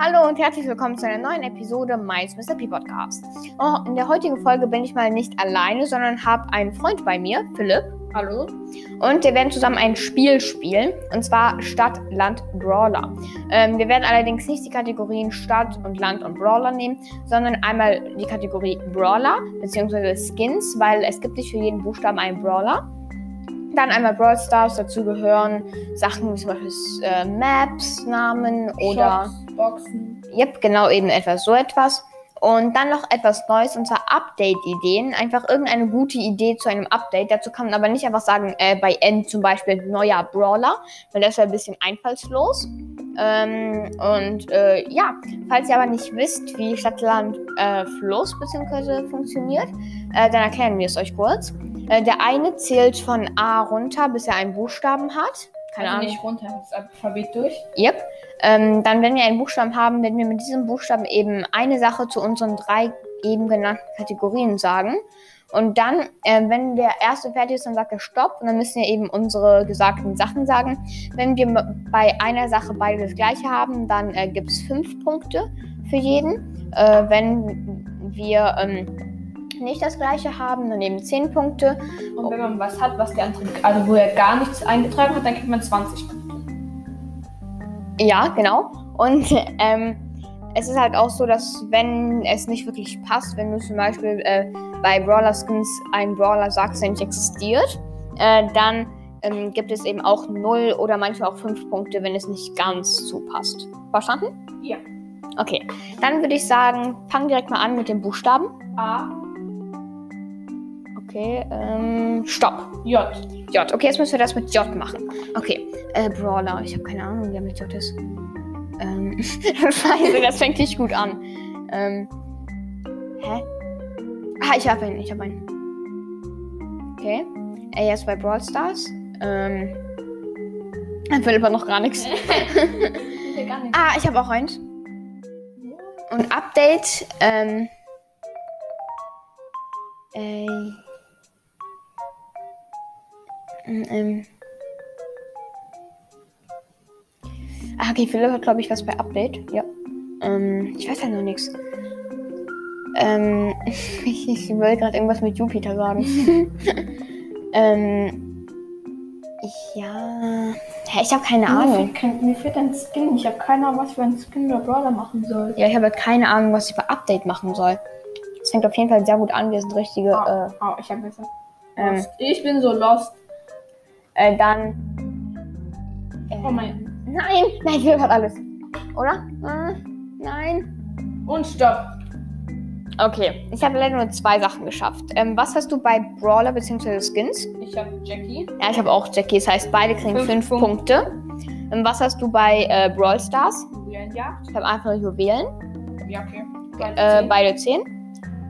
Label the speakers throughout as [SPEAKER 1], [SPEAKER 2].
[SPEAKER 1] Hallo und herzlich willkommen zu einer neuen Episode meines Mr. P Podcast. Oh, in der heutigen Folge bin ich mal nicht alleine, sondern habe einen Freund bei mir, Philipp. Hallo. Und wir werden zusammen ein Spiel spielen, und zwar Stadt, Land, Brawler. Ähm, wir werden allerdings nicht die Kategorien Stadt und Land und Brawler nehmen, sondern einmal die Kategorie Brawler bzw. Skins, weil es gibt nicht für jeden Buchstaben einen Brawler. Dann einmal Brawl Stars, dazu gehören Sachen wie zum Beispiel äh, Maps, Namen oder...
[SPEAKER 2] Shops, Boxen.
[SPEAKER 1] Yep, genau eben etwas so etwas. Und dann noch etwas Neues, und zwar Update-Ideen. Einfach irgendeine gute Idee zu einem Update. Dazu kann man aber nicht einfach sagen, äh, bei N zum Beispiel neuer Brawler, weil das wäre ein bisschen einfallslos. Ähm, und äh, ja, falls ihr aber nicht wisst, wie Stadtland äh, Fluss bzw. funktioniert, äh, dann erklären wir es euch kurz. Äh, der eine zählt von A runter, bis er einen Buchstaben hat. Keine
[SPEAKER 2] also
[SPEAKER 1] Ahnung.
[SPEAKER 2] nicht runter, das Alphabet durch.
[SPEAKER 1] Yep. Ähm, dann, wenn wir einen Buchstaben haben, werden wir mit diesem Buchstaben eben eine Sache zu unseren drei eben genannten Kategorien sagen. Und dann, ähm, wenn der erste fertig ist, dann sagt er Stopp und dann müssen wir eben unsere gesagten Sachen sagen. Wenn wir m- bei einer Sache beide das gleiche haben, dann äh, gibt es fünf Punkte für jeden. Äh, wenn wir ähm, nicht das gleiche haben, dann eben zehn Punkte.
[SPEAKER 2] Und
[SPEAKER 1] Oh.
[SPEAKER 2] wenn man was hat, was der andere, also wo er gar nichts eingetragen hat, dann kriegt man 20.
[SPEAKER 1] Ja, genau. Und ähm, es ist halt auch so, dass wenn es nicht wirklich passt, wenn du zum Beispiel äh, bei Brawler Skins einen Brawler sagst, der nicht existiert, äh, dann ähm, gibt es eben auch 0 oder manchmal auch 5 Punkte, wenn es nicht ganz zupasst. Verstanden?
[SPEAKER 2] Ja.
[SPEAKER 1] Okay, dann würde ich sagen, fang direkt mal an mit dem Buchstaben.
[SPEAKER 2] A,
[SPEAKER 1] Okay, ähm, stopp.
[SPEAKER 2] J.
[SPEAKER 1] J. Okay, jetzt müssen wir das mit J machen. Okay, äh, Brawler. Ich habe keine Ahnung, wer mit J ist. Ähm, scheiße, das fängt nicht gut an. Ähm, hä? Ah, ich habe einen, ich habe einen. Okay, äh, jetzt bei Brawl Stars. Ähm, Philipp hat noch gar nichts.
[SPEAKER 2] Ist ja gar nichts.
[SPEAKER 1] Ah, ich habe auch eins. Und Update, ähm. Äh, ähm, ähm. Ah, okay, Philipp hat, glaube ich, was bei Update. Ja. Ähm, ich weiß halt noch nichts. Ähm, ich, ich wollte gerade irgendwas mit Jupiter sagen. ähm, ja. Hä, ich habe keine Ahnung.
[SPEAKER 2] Mir fehlt- Mir fehlt ein Skin. Ich habe keine Ahnung, was für ein Skin der Brawler machen soll.
[SPEAKER 1] Ja, ich habe halt keine Ahnung, was ich bei Update machen soll. Das fängt auf jeden Fall sehr gut an. Wir sind richtige.
[SPEAKER 2] Ah, Oh, ich habe besser.
[SPEAKER 1] Äh, ähm,
[SPEAKER 2] Lost. Ich bin so lost.
[SPEAKER 1] äh, dann. Äh,
[SPEAKER 2] Oh mein.
[SPEAKER 1] Nein! Nein, Philipp hat alles. Oder? Äh, nein.
[SPEAKER 2] Und stopp.
[SPEAKER 1] Okay, ich habe leider nur zwei Sachen geschafft. Ähm, was hast du bei Brawler bzw. Skins?
[SPEAKER 2] Ich habe Jackie.
[SPEAKER 1] Ja, ich habe auch Jackie. Das heißt, beide kriegen
[SPEAKER 2] Fünf
[SPEAKER 1] fünf, Punkte.
[SPEAKER 2] Punkte.
[SPEAKER 1] Ähm, was hast du bei äh, Brawl Stars?
[SPEAKER 2] Julian-Jagd.
[SPEAKER 1] Ich habe einfach nur Juwelen.
[SPEAKER 2] Ja, okay.
[SPEAKER 1] Äh, beide zehn.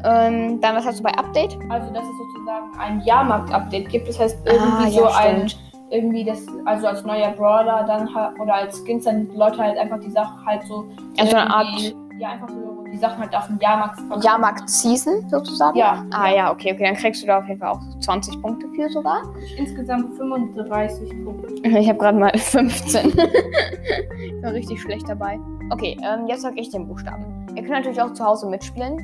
[SPEAKER 1] Ähm, dann, was hast du bei Update?
[SPEAKER 2] Also, dass es sozusagen ein Jahrmarkt-Update gibt. Das heißt, irgendwie
[SPEAKER 1] Ah,
[SPEAKER 2] so
[SPEAKER 1] ja,
[SPEAKER 2] ein,
[SPEAKER 1] stimmt.
[SPEAKER 2] irgendwie das, also als neuer Brawler dann halt, oder als Skins, dann die Leute halt einfach die Sachen halt so.
[SPEAKER 1] Ja, Also so eine
[SPEAKER 2] irgendwie- Ja, einfach so die Sachen halt auf dem Jahrmarkt verkaufen.
[SPEAKER 1] Jahrmarkt Season sozusagen?
[SPEAKER 2] Ja.
[SPEAKER 1] Ah ja, okay, okay, dann kriegst du da auf jeden Fall auch 20 Punkte für sogar.
[SPEAKER 2] Insgesamt 35 Punkte.
[SPEAKER 1] Ich habe gerade mal 15. ich war richtig schlecht dabei. Okay, ähm, jetzt sag ich den Buchstaben. Ihr könnt natürlich auch zu Hause mitspielen.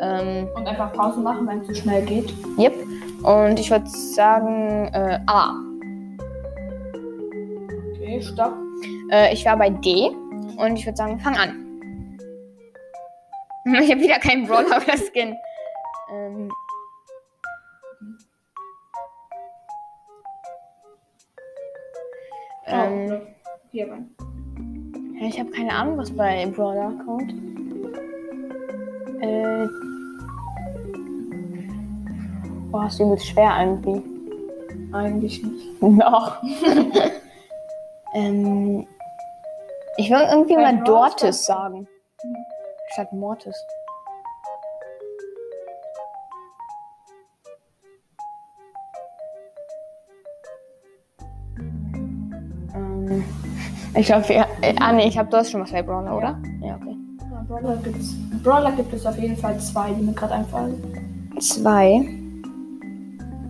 [SPEAKER 1] Ähm,
[SPEAKER 2] Und einfach Pause machen, wenn es zu schnell geht.
[SPEAKER 1] yep. Und ich würde sagen, äh, A.
[SPEAKER 2] Okay, stopp.
[SPEAKER 1] Äh, ich war bei D und ich würde sagen, fang an. Ich habe wieder keinen Brawler oder Skin. Ähm, ähm,
[SPEAKER 2] oh, stopp. Hier rein.
[SPEAKER 1] Ja, Ich habe keine Ahnung, was bei Brawler kommt. Äh. Boah, ist übelst schwer irgendwie.
[SPEAKER 2] Eigentlich nicht.
[SPEAKER 1] Noch. ähm. Ich will irgendwie
[SPEAKER 2] Bei
[SPEAKER 1] mal
[SPEAKER 2] Brawl
[SPEAKER 1] Dortes
[SPEAKER 2] Stars.
[SPEAKER 1] sagen.
[SPEAKER 2] Mhm.
[SPEAKER 1] Statt Mortis. Ähm, Ich glaube, wir. Äh, ah, nee, ich habe du hast schon was bei Brawler,
[SPEAKER 2] Ja.
[SPEAKER 1] oder? Ja, okay.
[SPEAKER 2] Ja, Brawler gibt's. Brawler gibt es auf jeden Fall zwei, die mir gerade einfallen.
[SPEAKER 1] Zwei.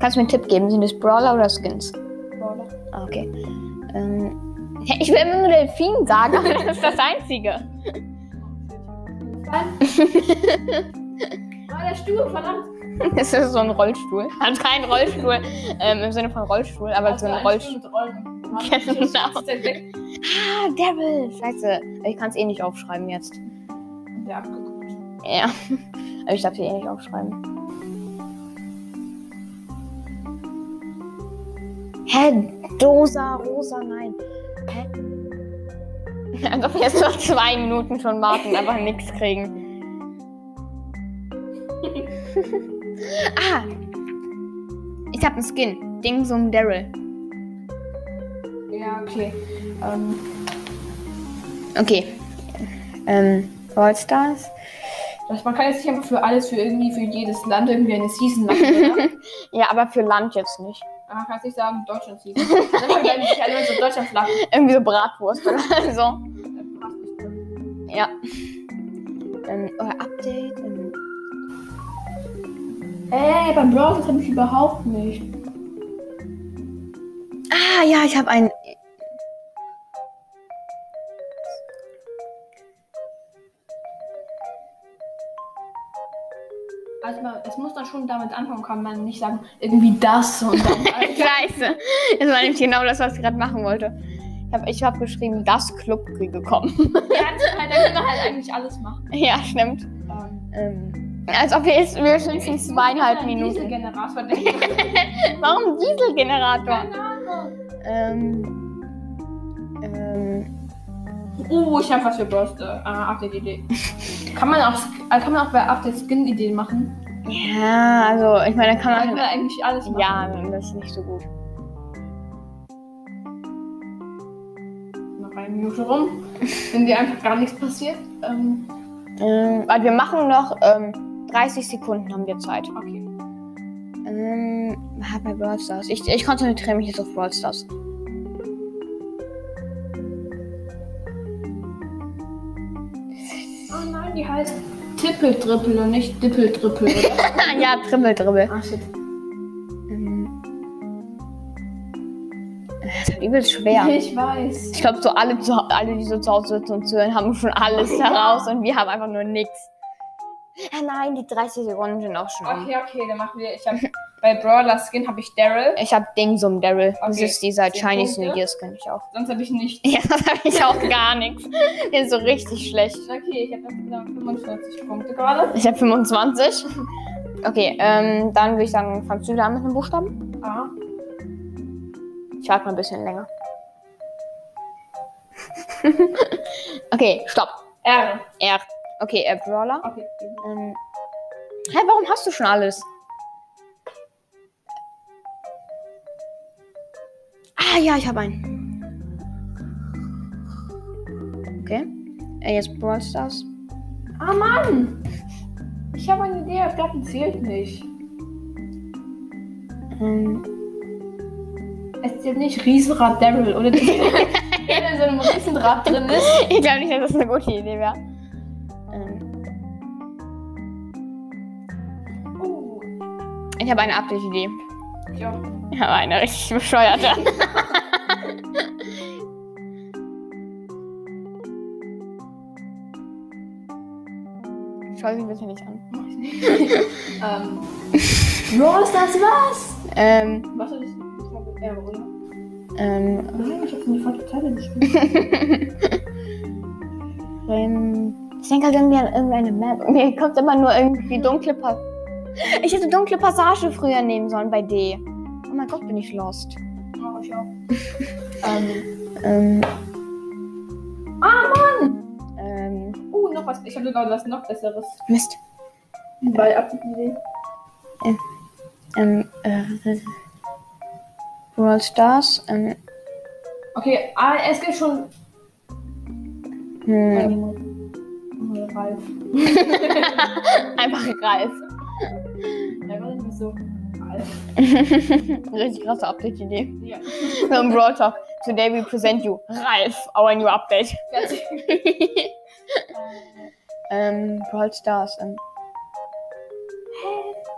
[SPEAKER 1] Kannst du mir einen Tipp geben? Sind das Brawler oder Skins?
[SPEAKER 2] Brawler.
[SPEAKER 1] Ah, okay. Ähm, ich will immer nur Delfin sagen, aber das ist das Einzige.
[SPEAKER 2] Nein. War der Stuhl, verdammt.
[SPEAKER 1] Das ist so ein Rollstuhl. Also kein Rollstuhl ähm, im Sinne von Rollstuhl, aber so ein Rollstuhl.
[SPEAKER 2] Stuhl mit Rollen. Mann,
[SPEAKER 1] Genau.
[SPEAKER 2] ich bin schon weg.
[SPEAKER 1] Ah, Devil! Scheiße. Ich kann es eh nicht aufschreiben jetzt.
[SPEAKER 2] Der abgeguckt.
[SPEAKER 1] Ja. Aber ich darf sie eh nicht aufschreiben. Hä? Dosa, Rosa, nein. Hä? Als ob wir jetzt noch zwei Minuten schon warten, einfach nichts kriegen. ah! Ich hab einen Skin. Ding zum Daryl.
[SPEAKER 2] Ja, okay. Ähm,
[SPEAKER 1] Okay. Ähm, All Stars?
[SPEAKER 2] das- man kann jetzt nicht einfach für alles, für irgendwie, für jedes Land irgendwie eine Season machen, oder?
[SPEAKER 1] Ja, aber für Land jetzt nicht.
[SPEAKER 2] Aber Man kann jetzt nicht sagen, Deutschland Season. Also, Dann vergleichen sich alle mit so Deutschland Flaggen.
[SPEAKER 1] Irgendwie so Bratwurst oder so. Ja. Ähm, euer Update. Ähm,
[SPEAKER 2] Ey, beim Browser das habe ich überhaupt nicht.
[SPEAKER 1] ah, ja, ich habe einen.
[SPEAKER 2] Also man, es muss dann schon damit anfangen, kann man nicht sagen, irgendwie das und dann. Also,
[SPEAKER 1] Scheiße. Das war nämlich genau das, was ich gerade machen wollte. Ich habe ich hab geschrieben, das Club gekommen.
[SPEAKER 2] ja, das ist halt, dann kann man halt eigentlich alles machen.
[SPEAKER 1] ja, stimmt.
[SPEAKER 2] Ähm,
[SPEAKER 1] Ähm, als ob wir jetzt, wir sind schon zweieinhalb
[SPEAKER 2] Diese
[SPEAKER 1] Minuten.
[SPEAKER 2] Generator denken.
[SPEAKER 1] Warum Dieselgenerator?
[SPEAKER 2] Keine Ahnung.
[SPEAKER 1] Ähm, ähm,
[SPEAKER 2] Uh, ich habe was für Browser. Äh, Update-Idee. Kann man auch Sk- äh, kann man auch bei Update Skin-Ideen machen?
[SPEAKER 1] ja, also ich meine, da
[SPEAKER 2] Dann
[SPEAKER 1] kann
[SPEAKER 2] kann
[SPEAKER 1] man.
[SPEAKER 2] man eigentlich alles machen.
[SPEAKER 1] Ja, das ist nicht so gut.
[SPEAKER 2] Noch eine Minute rum. Wenn dir einfach gar nichts passiert. Ähm,
[SPEAKER 1] Ähm, warte, wir machen noch ähm, 30 Sekunden haben wir Zeit.
[SPEAKER 2] okay.
[SPEAKER 1] Ähm, ah, bei Brawl Stars. Ich, ich konzentriere mich jetzt auf Brawl Stars.
[SPEAKER 2] Oh nein, die heißt Tippel-Trippel und nicht Dippel-Trippel. oder?
[SPEAKER 1] Ah, ja, Dribbel, Dribbel.
[SPEAKER 2] ah, shit.
[SPEAKER 1] Ähm, das ist halt übelst schwer.
[SPEAKER 2] Ich weiß.
[SPEAKER 1] Ich glaube, so alle, zu, alle, die so zu Hause sitzen und zuhören, haben schon alles heraus und wir haben einfach nur nichts. Ah, nein, die 30 Sekunden sind auch schon. um.
[SPEAKER 2] Okay, okay, dann machen wir. Ich hab, bei Brawler Skin habe ich Daryl.
[SPEAKER 1] Ich habe Dingsum Daryl. Das
[SPEAKER 2] Okay.
[SPEAKER 1] ist dieser
[SPEAKER 2] Zehn
[SPEAKER 1] Chinese
[SPEAKER 2] Punkte.
[SPEAKER 1] New Year Skin. Ich auch.
[SPEAKER 2] Sonst habe ich nicht.
[SPEAKER 1] Ja, das habe ich auch gar nichts. Mir ist so richtig schlecht.
[SPEAKER 2] Okay, ich habe insgesamt 45 Punkte gerade.
[SPEAKER 1] Ich habe 25. Okay, ähm, dann würde ich sagen, fangst du wieder an mit einem Buchstaben?
[SPEAKER 2] Ah.
[SPEAKER 1] Ich warte mal ein bisschen länger. okay, stopp.
[SPEAKER 2] R.
[SPEAKER 1] R. Okay, R Brawler.
[SPEAKER 2] Okay.
[SPEAKER 1] Ähm, hä, warum hast du schon alles? Ah ja, ich habe einen. Okay. Äh, jetzt Brawl Stars.
[SPEAKER 2] Ah, Mann! Ich habe eine Idee, das Garten zählt nicht.
[SPEAKER 1] Ähm,
[SPEAKER 2] Es zählt nicht Riesenrad Daryl, oder? Der in so einem Riesenrad drin ist.
[SPEAKER 1] ich glaube nicht, dass das eine gute Idee wäre. Ähm,
[SPEAKER 2] Uh,
[SPEAKER 1] ich habe eine Update-Idee.
[SPEAKER 2] ich auch.
[SPEAKER 1] Ja, war eine richtig bescheuerte. Schau sie bitte nicht an.
[SPEAKER 2] ähm. Rose, das was?
[SPEAKER 1] Ähm,
[SPEAKER 2] Was ist das? Ich glaube, R, oder?
[SPEAKER 1] ähm,
[SPEAKER 2] Nein, ich habe in die falsche Zeile gespielt.
[SPEAKER 1] ähm, ich denke halt irgendwie an irgendeine Map. Mir kommt immer nur irgendwie dunkle Pa. Ich hätte dunkle Passage früher nehmen sollen bei D. Oh mein Gott, bin ich lost.
[SPEAKER 2] Oh, ich auch. ähm.
[SPEAKER 1] Ähm,
[SPEAKER 2] Ah, Mann!
[SPEAKER 1] ähm,
[SPEAKER 2] Uh, noch was. Ich habe sogar was noch Besseres.
[SPEAKER 1] Mist.
[SPEAKER 2] Bei Update-Idee.
[SPEAKER 1] Ähm, äh, World Stars. Ähm,
[SPEAKER 2] Okay, ah, es gibt schon
[SPEAKER 1] hm.
[SPEAKER 2] Oder Ralf.
[SPEAKER 1] Einfach Ralf.
[SPEAKER 2] Ja, war nicht so. Ralf.
[SPEAKER 1] Richtig krasse Update-Idee.
[SPEAKER 2] Ja.
[SPEAKER 1] So ein Brawl Talk. Today we present you Ralf, our new update.
[SPEAKER 2] Fertig.
[SPEAKER 1] Ähm, Brawl Stars. Ähm.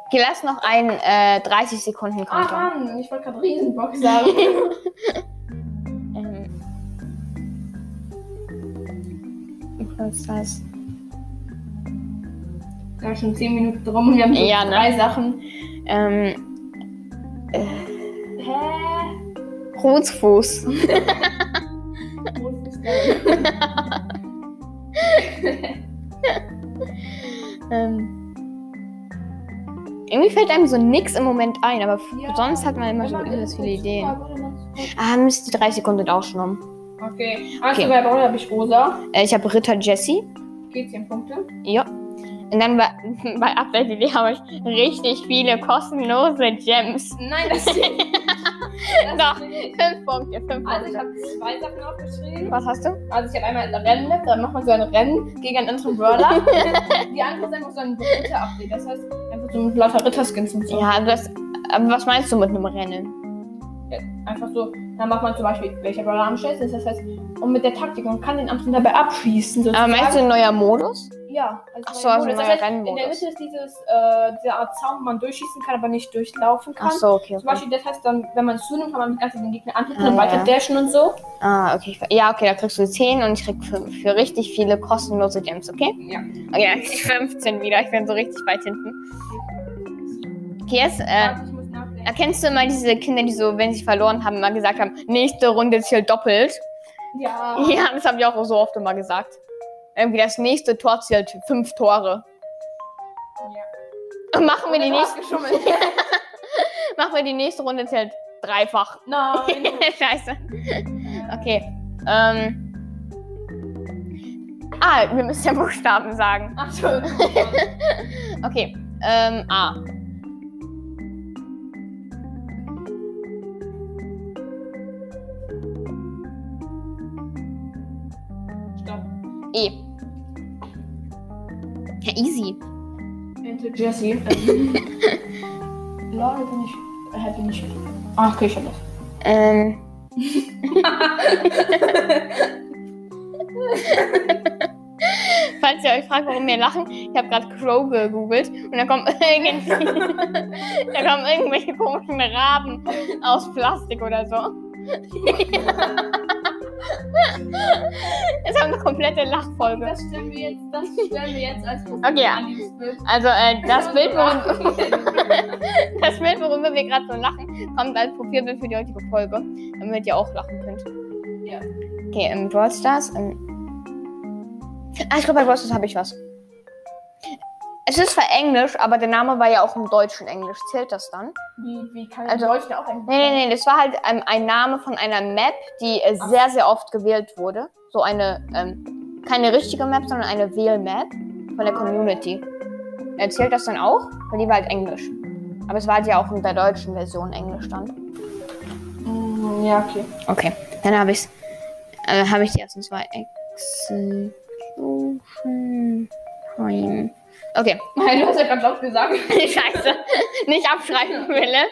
[SPEAKER 1] Okay, lass noch einen äh, 30 Sekunden
[SPEAKER 2] ah,
[SPEAKER 1] Countdown.
[SPEAKER 2] Mann, ich wollte gerade Riesenbox sagen.
[SPEAKER 1] Ähm. Brawl Stars.
[SPEAKER 2] Wir haben schon 10 Minuten drum und wir haben schon
[SPEAKER 1] Ja, ne?
[SPEAKER 2] drei Sachen.
[SPEAKER 1] Ähm,
[SPEAKER 2] Hä?
[SPEAKER 1] Rotfuß.
[SPEAKER 2] Wo ist das denn?
[SPEAKER 1] Ähm, irgendwie fällt einem so nix im Moment ein, aber f-
[SPEAKER 2] Ja,
[SPEAKER 1] sonst hat man immer so
[SPEAKER 2] wenn man
[SPEAKER 1] übelst
[SPEAKER 2] ist,
[SPEAKER 1] viele
[SPEAKER 2] ist
[SPEAKER 1] Ideen.
[SPEAKER 2] super, wenn man ist
[SPEAKER 1] Ah, Mist, die 30 Sekunden sind auch schon um.
[SPEAKER 2] gut. Okay. Also
[SPEAKER 1] Okay.
[SPEAKER 2] bei Braun habe ich rosa.
[SPEAKER 1] Äh, ich habe Ritter Jesse.
[SPEAKER 2] Geht 10 Punkte.
[SPEAKER 1] Ja. Und dann bei, bei Update.de habe ich richtig viele kostenlose Gems.
[SPEAKER 2] Nein, das ist
[SPEAKER 1] Doch.
[SPEAKER 2] das ist nicht.
[SPEAKER 1] Fünf Punkte, fünf
[SPEAKER 2] Also ich
[SPEAKER 1] Punkte.
[SPEAKER 2] habe zwei Sachen aufgeschrieben.
[SPEAKER 1] Was hast du?
[SPEAKER 2] Also ich habe einmal ein Rennen, dann macht man so ein Rennen gegen einen anderen Brawler. Die andere ist einfach so ein Ritter-Update. Das heißt, einfach so mit lauter Ritterskins und so.
[SPEAKER 1] Ja, das. Aber was meinst du mit einem Rennen?
[SPEAKER 2] Einfach so, dann macht man zum Beispiel, welcher Brawler am schnellsten ist. Das heißt, und mit der Taktik, man kann den anderen dabei abschießen.
[SPEAKER 1] Aber
[SPEAKER 2] Sozusagen.
[SPEAKER 1] meinst du ein neuer Modus?
[SPEAKER 2] Ja. Also
[SPEAKER 1] Ach so, also
[SPEAKER 2] Modus.
[SPEAKER 1] neuer
[SPEAKER 2] das heißt, in der
[SPEAKER 1] Rennmodus.
[SPEAKER 2] Mitte ist dieses, äh, diese Art Zaun, wo man durchschießen kann, aber nicht durchlaufen kann.
[SPEAKER 1] Ach so, okay.
[SPEAKER 2] Zum
[SPEAKER 1] okay.
[SPEAKER 2] Beispiel, das heißt dann, wenn man es zunimmt, kann man die ganze Zeit den Gegner antreten
[SPEAKER 1] Ah,
[SPEAKER 2] und weiter
[SPEAKER 1] ja.
[SPEAKER 2] dashen und so.
[SPEAKER 1] Ah, okay. ich ver- Ja, okay, da kriegst du 10 und ich krieg 5. Für richtig viele kostenlose Gems, okay?
[SPEAKER 2] Ja.
[SPEAKER 1] Okay, dann krieg ich 15 wieder. Ich bin so richtig weit hinten. Okay, jetzt, äh,
[SPEAKER 2] Warte, ich muss nachdenken.
[SPEAKER 1] erkennst du immer diese Kinder, die so, wenn sie verloren haben, immer gesagt haben, nächste Runde zählt doppelt?
[SPEAKER 2] Ja.
[SPEAKER 1] Ja, das haben die auch so oft immer gesagt. Irgendwie das nächste Tor zählt fünf Tore.
[SPEAKER 2] Ja.
[SPEAKER 1] Machen wir die
[SPEAKER 2] Du hast
[SPEAKER 1] nächste,
[SPEAKER 2] geschummelt.
[SPEAKER 1] machen wir die nächste Runde zählt dreifach.
[SPEAKER 2] Nein.
[SPEAKER 1] Scheiße. Okay. Ähm. Ah, wir müssen ja Buchstaben sagen.
[SPEAKER 2] Ach so. Buchstaben.
[SPEAKER 1] Okay. Ähm, A.
[SPEAKER 2] Stopp.
[SPEAKER 1] E. Ja, easy.
[SPEAKER 2] Ente Jessie. Lol, bin ich. Hä, bin ich. Ach, okay, ich hab das.
[SPEAKER 1] Ähm. Falls ihr euch fragt, warum wir lachen, ich habe gerade Crow gegoogelt und da kommen irgendwie, da kommen irgendwelche komischen Raben aus Plastik oder so. Jetzt haben wir eine komplette Lachfolge.
[SPEAKER 2] Das stellen wir jetzt, das stellen wir jetzt als
[SPEAKER 1] Okay, ja. Also äh, das, Bild, worum, das Bild, worüber wir gerade so lachen, kommt als Profilbild für die heutige Folge, damit ihr auch lachen könnt.
[SPEAKER 2] Ja.
[SPEAKER 1] Okay, im Brawl Stars. Ähm ah, ich glaube, bei Brawl Stars habe ich was. Es ist zwar Englisch, aber der Name war ja auch im deutschen Englisch. Zählt das dann?
[SPEAKER 2] Wie, wie kann
[SPEAKER 1] Also-
[SPEAKER 2] also, Deutsch da auch ein
[SPEAKER 1] Nee, nee, nee. Das war halt ähm, ein Name von einer Map, die äh,
[SPEAKER 2] Ach.
[SPEAKER 1] sehr, sehr oft gewählt wurde. So eine, ähm, keine richtige Map, sondern eine Wähl-Map von der Community. Äh, Zählt das dann auch? Weil die war halt Englisch. Aber es war halt ja auch in der deutschen Version Englisch dann.
[SPEAKER 2] Mm, Ja, okay.
[SPEAKER 1] Okay, dann habe ich's. Äh, habe ich die ersten zwei Execution Time. Okay.
[SPEAKER 2] Nein, du hast ja ganz laut gesagt.
[SPEAKER 1] Scheiße. Nicht abschreiben, Wille.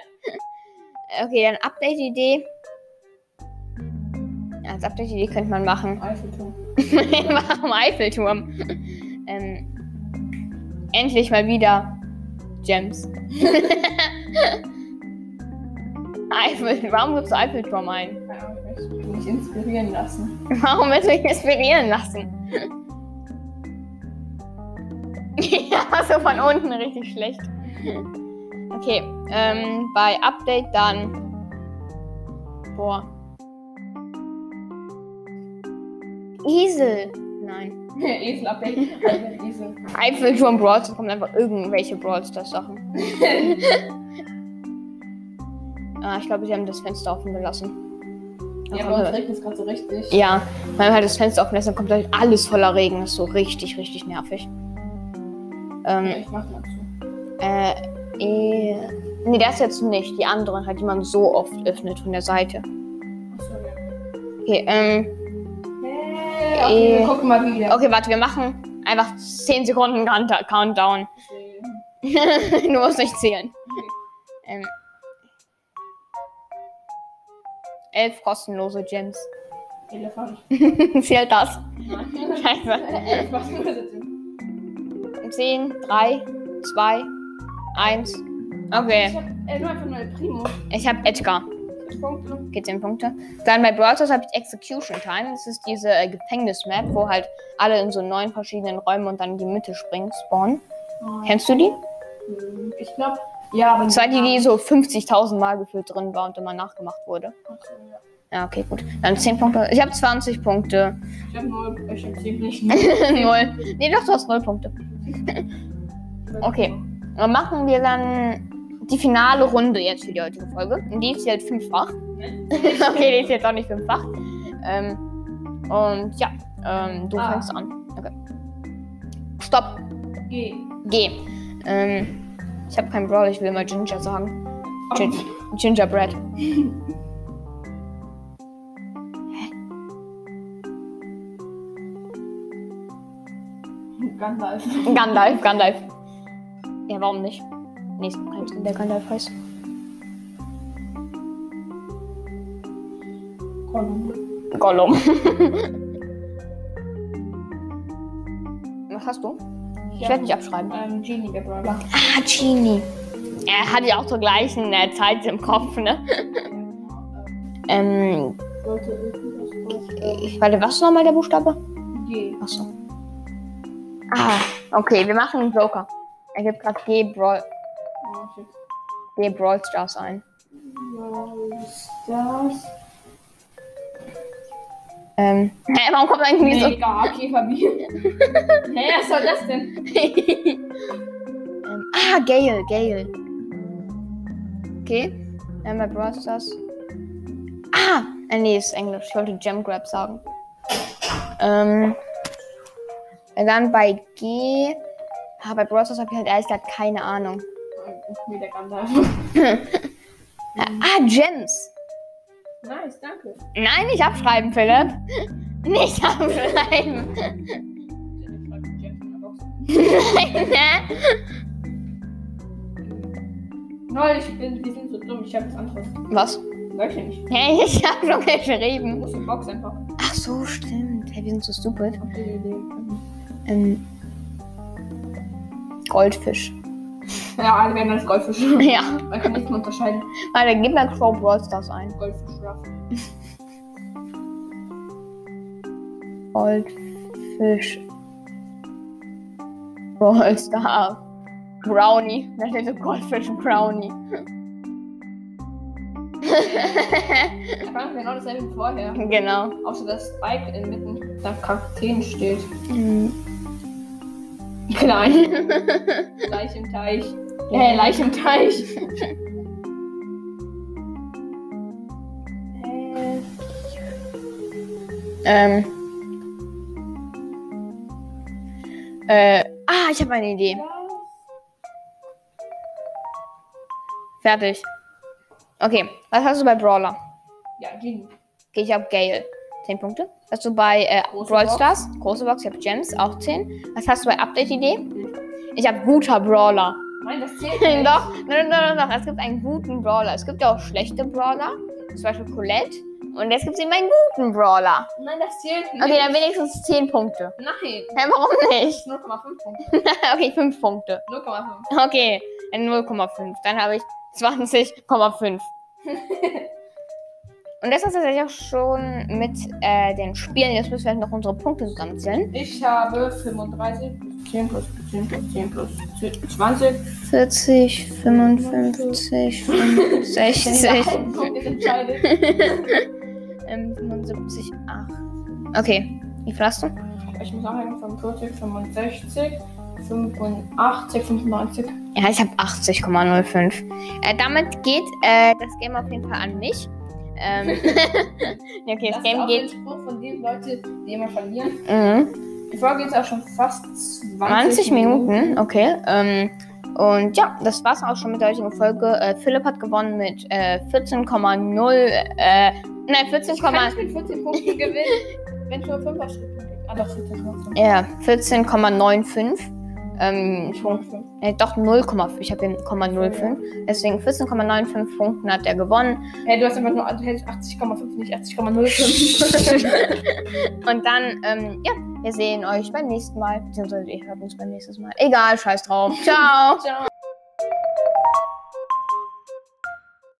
[SPEAKER 1] Okay, dann Update-Idee. Als Update-Idee könnte man machen.
[SPEAKER 2] Eiffelturm.
[SPEAKER 1] machen wir Eiffelturm. Ähm, endlich mal wieder Gems. Eiffel, warum gibst du Eiffelturm ein?
[SPEAKER 2] Keine Ahnung, ich möchte mich inspirieren lassen.
[SPEAKER 1] Warum willst du dich inspirieren lassen? ja, so von unten richtig schlecht. Okay, ähm, bei Update dann. Boah. Esel. Nein.
[SPEAKER 2] Esel-Update. Also, Esel.
[SPEAKER 1] Eiffelturm Brawl Stars kommen einfach irgendwelche Brawl Stars Sachen. ah, ich glaube, sie haben das Fenster offen gelassen.
[SPEAKER 2] Ja,
[SPEAKER 1] Dann kommt-
[SPEAKER 2] bei uns regnet es gerade so richtig.
[SPEAKER 1] Also ja, wenn man halt das Fenster offen lässt, dann kommt halt alles voller Regen. Das ist so richtig, richtig nervig. Ähm,
[SPEAKER 2] Ich mach mal zu.
[SPEAKER 1] äh, eh, nee, das jetzt nicht. Die anderen halt, die man so oft öffnet von der Seite.
[SPEAKER 2] Achso, ja.
[SPEAKER 1] Okay, ähm,
[SPEAKER 2] Hey, okay,
[SPEAKER 1] Äh,
[SPEAKER 2] wir gucken mal wieder.
[SPEAKER 1] okay, warte, wir machen einfach 10 Sekunden Count- Countdown. du musst nicht zählen. Ähm, elf kostenlose Gems.
[SPEAKER 2] Elefant.
[SPEAKER 1] Zählt das?
[SPEAKER 2] Nein.
[SPEAKER 1] Scheiße.
[SPEAKER 2] Elf, was nur sitzen.
[SPEAKER 1] 10, 3, 2, 1. Okay,
[SPEAKER 2] Ich hab elf einfach nur El Primo.
[SPEAKER 1] ich habe Edgar.
[SPEAKER 2] Elf Punkte.
[SPEAKER 1] Geht 10 Punkte. Dann bei Brawl Stars habe ich Execution Time. Das ist diese äh, Gefängnismap, wo halt alle in so neun verschiedenen Räumen und dann in die Mitte springen, spawnen. Kennst du die?
[SPEAKER 2] Hm, Ich glaube, ja, aber
[SPEAKER 1] Das war die, die so 50.000 Mal gefühlt drin war und immer nachgemacht wurde.
[SPEAKER 2] Ich
[SPEAKER 1] Ja, okay, gut. Dann 10 Punkte. Ich habe 20 Punkte.
[SPEAKER 2] hab null, ich hab ziemlich null.
[SPEAKER 1] Null. Nee, doch, du hast 0 Punkte. Okay. Dann machen wir dann die finale Runde jetzt für die heutige Folge. Und die ist jetzt fünffach. okay, die ist jetzt auch nicht fünffach. Ähm, und ja, ähm, du
[SPEAKER 2] Ah.
[SPEAKER 1] fängst an. Okay. Stopp.
[SPEAKER 2] Geh.
[SPEAKER 1] G. Ähm, ich habe keinen Brawl, ich will mal Ginger sagen. Gin Gingerbread.
[SPEAKER 2] Gandalf.
[SPEAKER 1] Gandalf, Gandalf. Ja, warum nicht? Nee, es gibt keinen Sinn, der Gandalf heißt.
[SPEAKER 2] Gollum.
[SPEAKER 1] Gollum. Was hast du? Ich werde nicht abschreiben.
[SPEAKER 2] Ähm, Genie, der Brawler.
[SPEAKER 1] Ah, Genie. Er hatte ja auch zur gleichen äh, Zeit im Kopf, ne? Ähm,
[SPEAKER 2] Sollte irgendwas
[SPEAKER 1] ich, warte, was ist nochmal der Buchstabe?
[SPEAKER 2] G.
[SPEAKER 1] Achso. Ah, okay, wir machen einen Joker. Er gibt gerade G Brawl,
[SPEAKER 2] Ja, ich
[SPEAKER 1] G Brawl Stars ein.
[SPEAKER 2] Was das?
[SPEAKER 1] Ähm, hä, warum kommt eigentlich nicht so
[SPEAKER 2] Mega Käferbier. Hä, was soll das denn?
[SPEAKER 1] ähm, ah, Gale, Gale. Okay. Einmal Brawl Stars. Ah! Äh, nee, ist Englisch. Ich wollte Gem Grab sagen. Ähm. äh, Dann bei G. Ah, bei Brawl Stars habe ich halt ehrlich gesagt keine Ahnung.
[SPEAKER 2] Nee, der Gandalf.
[SPEAKER 1] Äh, Ah, Gems.
[SPEAKER 2] Nice, danke.
[SPEAKER 1] Nein, nicht abschreiben, Philipp. Nicht abschreiben. ne?
[SPEAKER 2] Lol, ich bin, wir sind so dumm, ich hab was anderes.
[SPEAKER 1] Was?
[SPEAKER 2] Sag ich ja nicht.
[SPEAKER 1] Hey, ich habe schon
[SPEAKER 2] Du
[SPEAKER 1] geschrieben.
[SPEAKER 2] musst die Box einfach
[SPEAKER 1] Ach so, stimmt. Hey, wir sind so stupid.
[SPEAKER 2] auf die Idee.
[SPEAKER 1] Ähm, Goldfisch.
[SPEAKER 2] Ja, alle werden als Goldfisch.
[SPEAKER 1] Ja.
[SPEAKER 2] Man kann nichts mehr unterscheiden.
[SPEAKER 1] Alter, Ah, gib mal Crow Brawl Stars ein.
[SPEAKER 2] Goldfisch Ruff.
[SPEAKER 1] Goldfisch. Brawl Stars. Brownie. Da steht so Goldfisch Brownie.
[SPEAKER 2] Ich fand genau dasselbe wie vorher.
[SPEAKER 1] genau.
[SPEAKER 2] Außer dass Spike inmitten nach Kakteen steht.
[SPEAKER 1] Mhm.
[SPEAKER 2] Klein. Leich im Teich. Äh, Leich im Teich. Äh,
[SPEAKER 1] Ähm. Äh, ah, ich habe eine Idee. Fertig. Okay, was hast du bei Brawler?
[SPEAKER 2] Ja, Genie.
[SPEAKER 1] Okay, ich habe Gale. 10 Punkte. Was hast du bei äh,
[SPEAKER 2] Große
[SPEAKER 1] Brawl
[SPEAKER 2] Box.
[SPEAKER 1] Stars? Große Box, ich habe Gems, auch 10. Was hast du bei Update-Idee? Ich habe guter Brawler.
[SPEAKER 2] Nein, das zählt nicht.
[SPEAKER 1] doch, nein, nein, nein, nein, es gibt einen guten Brawler. Es gibt ja auch schlechte Brawler, zum Beispiel Colette. Und jetzt gibt es eben einen guten Brawler.
[SPEAKER 2] Nein, das zählt nicht.
[SPEAKER 1] Okay, dann wenigstens 10 Punkte.
[SPEAKER 2] Nein.
[SPEAKER 1] Hä, warum nicht?
[SPEAKER 2] 0,5 Punkte.
[SPEAKER 1] okay, 5 Punkte.
[SPEAKER 2] 0,5.
[SPEAKER 1] Okay, dann 0,5. Dann habe ich 20,5. Und das ist tatsächlich auch schon mit äh, den Spielen. Jetzt müssen wir halt noch unsere Punkte zusammenzählen.
[SPEAKER 2] Ich habe 35 plus 10 plus 10 plus 10 plus 10, 20.
[SPEAKER 1] 40,
[SPEAKER 2] 55,
[SPEAKER 1] 65.
[SPEAKER 2] Ein Punkt ist entscheidend.
[SPEAKER 1] Ähm, 75, 8. Okay, wie viel hast du?
[SPEAKER 2] Ich muss nachher 45, 65, 85, 95.
[SPEAKER 1] Ja, ich habe 80,05. Äh, damit geht äh, das Game auf jeden Fall an mich. Ähm, nee, okay, das,
[SPEAKER 2] ist
[SPEAKER 1] Game
[SPEAKER 2] auch
[SPEAKER 1] geht.
[SPEAKER 2] der Spruch von den Leuten, die immer verlieren.
[SPEAKER 1] Mhm,
[SPEAKER 2] Die Folge ist auch schon fast 20,
[SPEAKER 1] 20 Minuten, okay. Ähm, und ja, das war's auch schon mit der heutigen Folge. Äh, Philipp hat gewonnen mit äh, 14,0. Äh, nein,
[SPEAKER 2] Ich kann
[SPEAKER 1] 14,0.
[SPEAKER 2] nicht mit 14 Punkten gewinnen, wenn es nur 5 Schritte gibt. Ah, doch, 14 Punkte.
[SPEAKER 1] Ja, 14,95. Ähm,
[SPEAKER 2] Ich hole 5.
[SPEAKER 1] äh, doch 0,5. Ich habe 0,05. Deswegen 14,95 Punkten hat er gewonnen.
[SPEAKER 2] Hey, du hast einfach nur du hättest 80,5, nicht 80,05.
[SPEAKER 1] Und dann, ähm, ja, wir sehen euch beim nächsten Mal. Beziehungsweise ihr hört uns beim nächsten Mal. Egal, scheiß drauf. Ciao.
[SPEAKER 2] Ciao.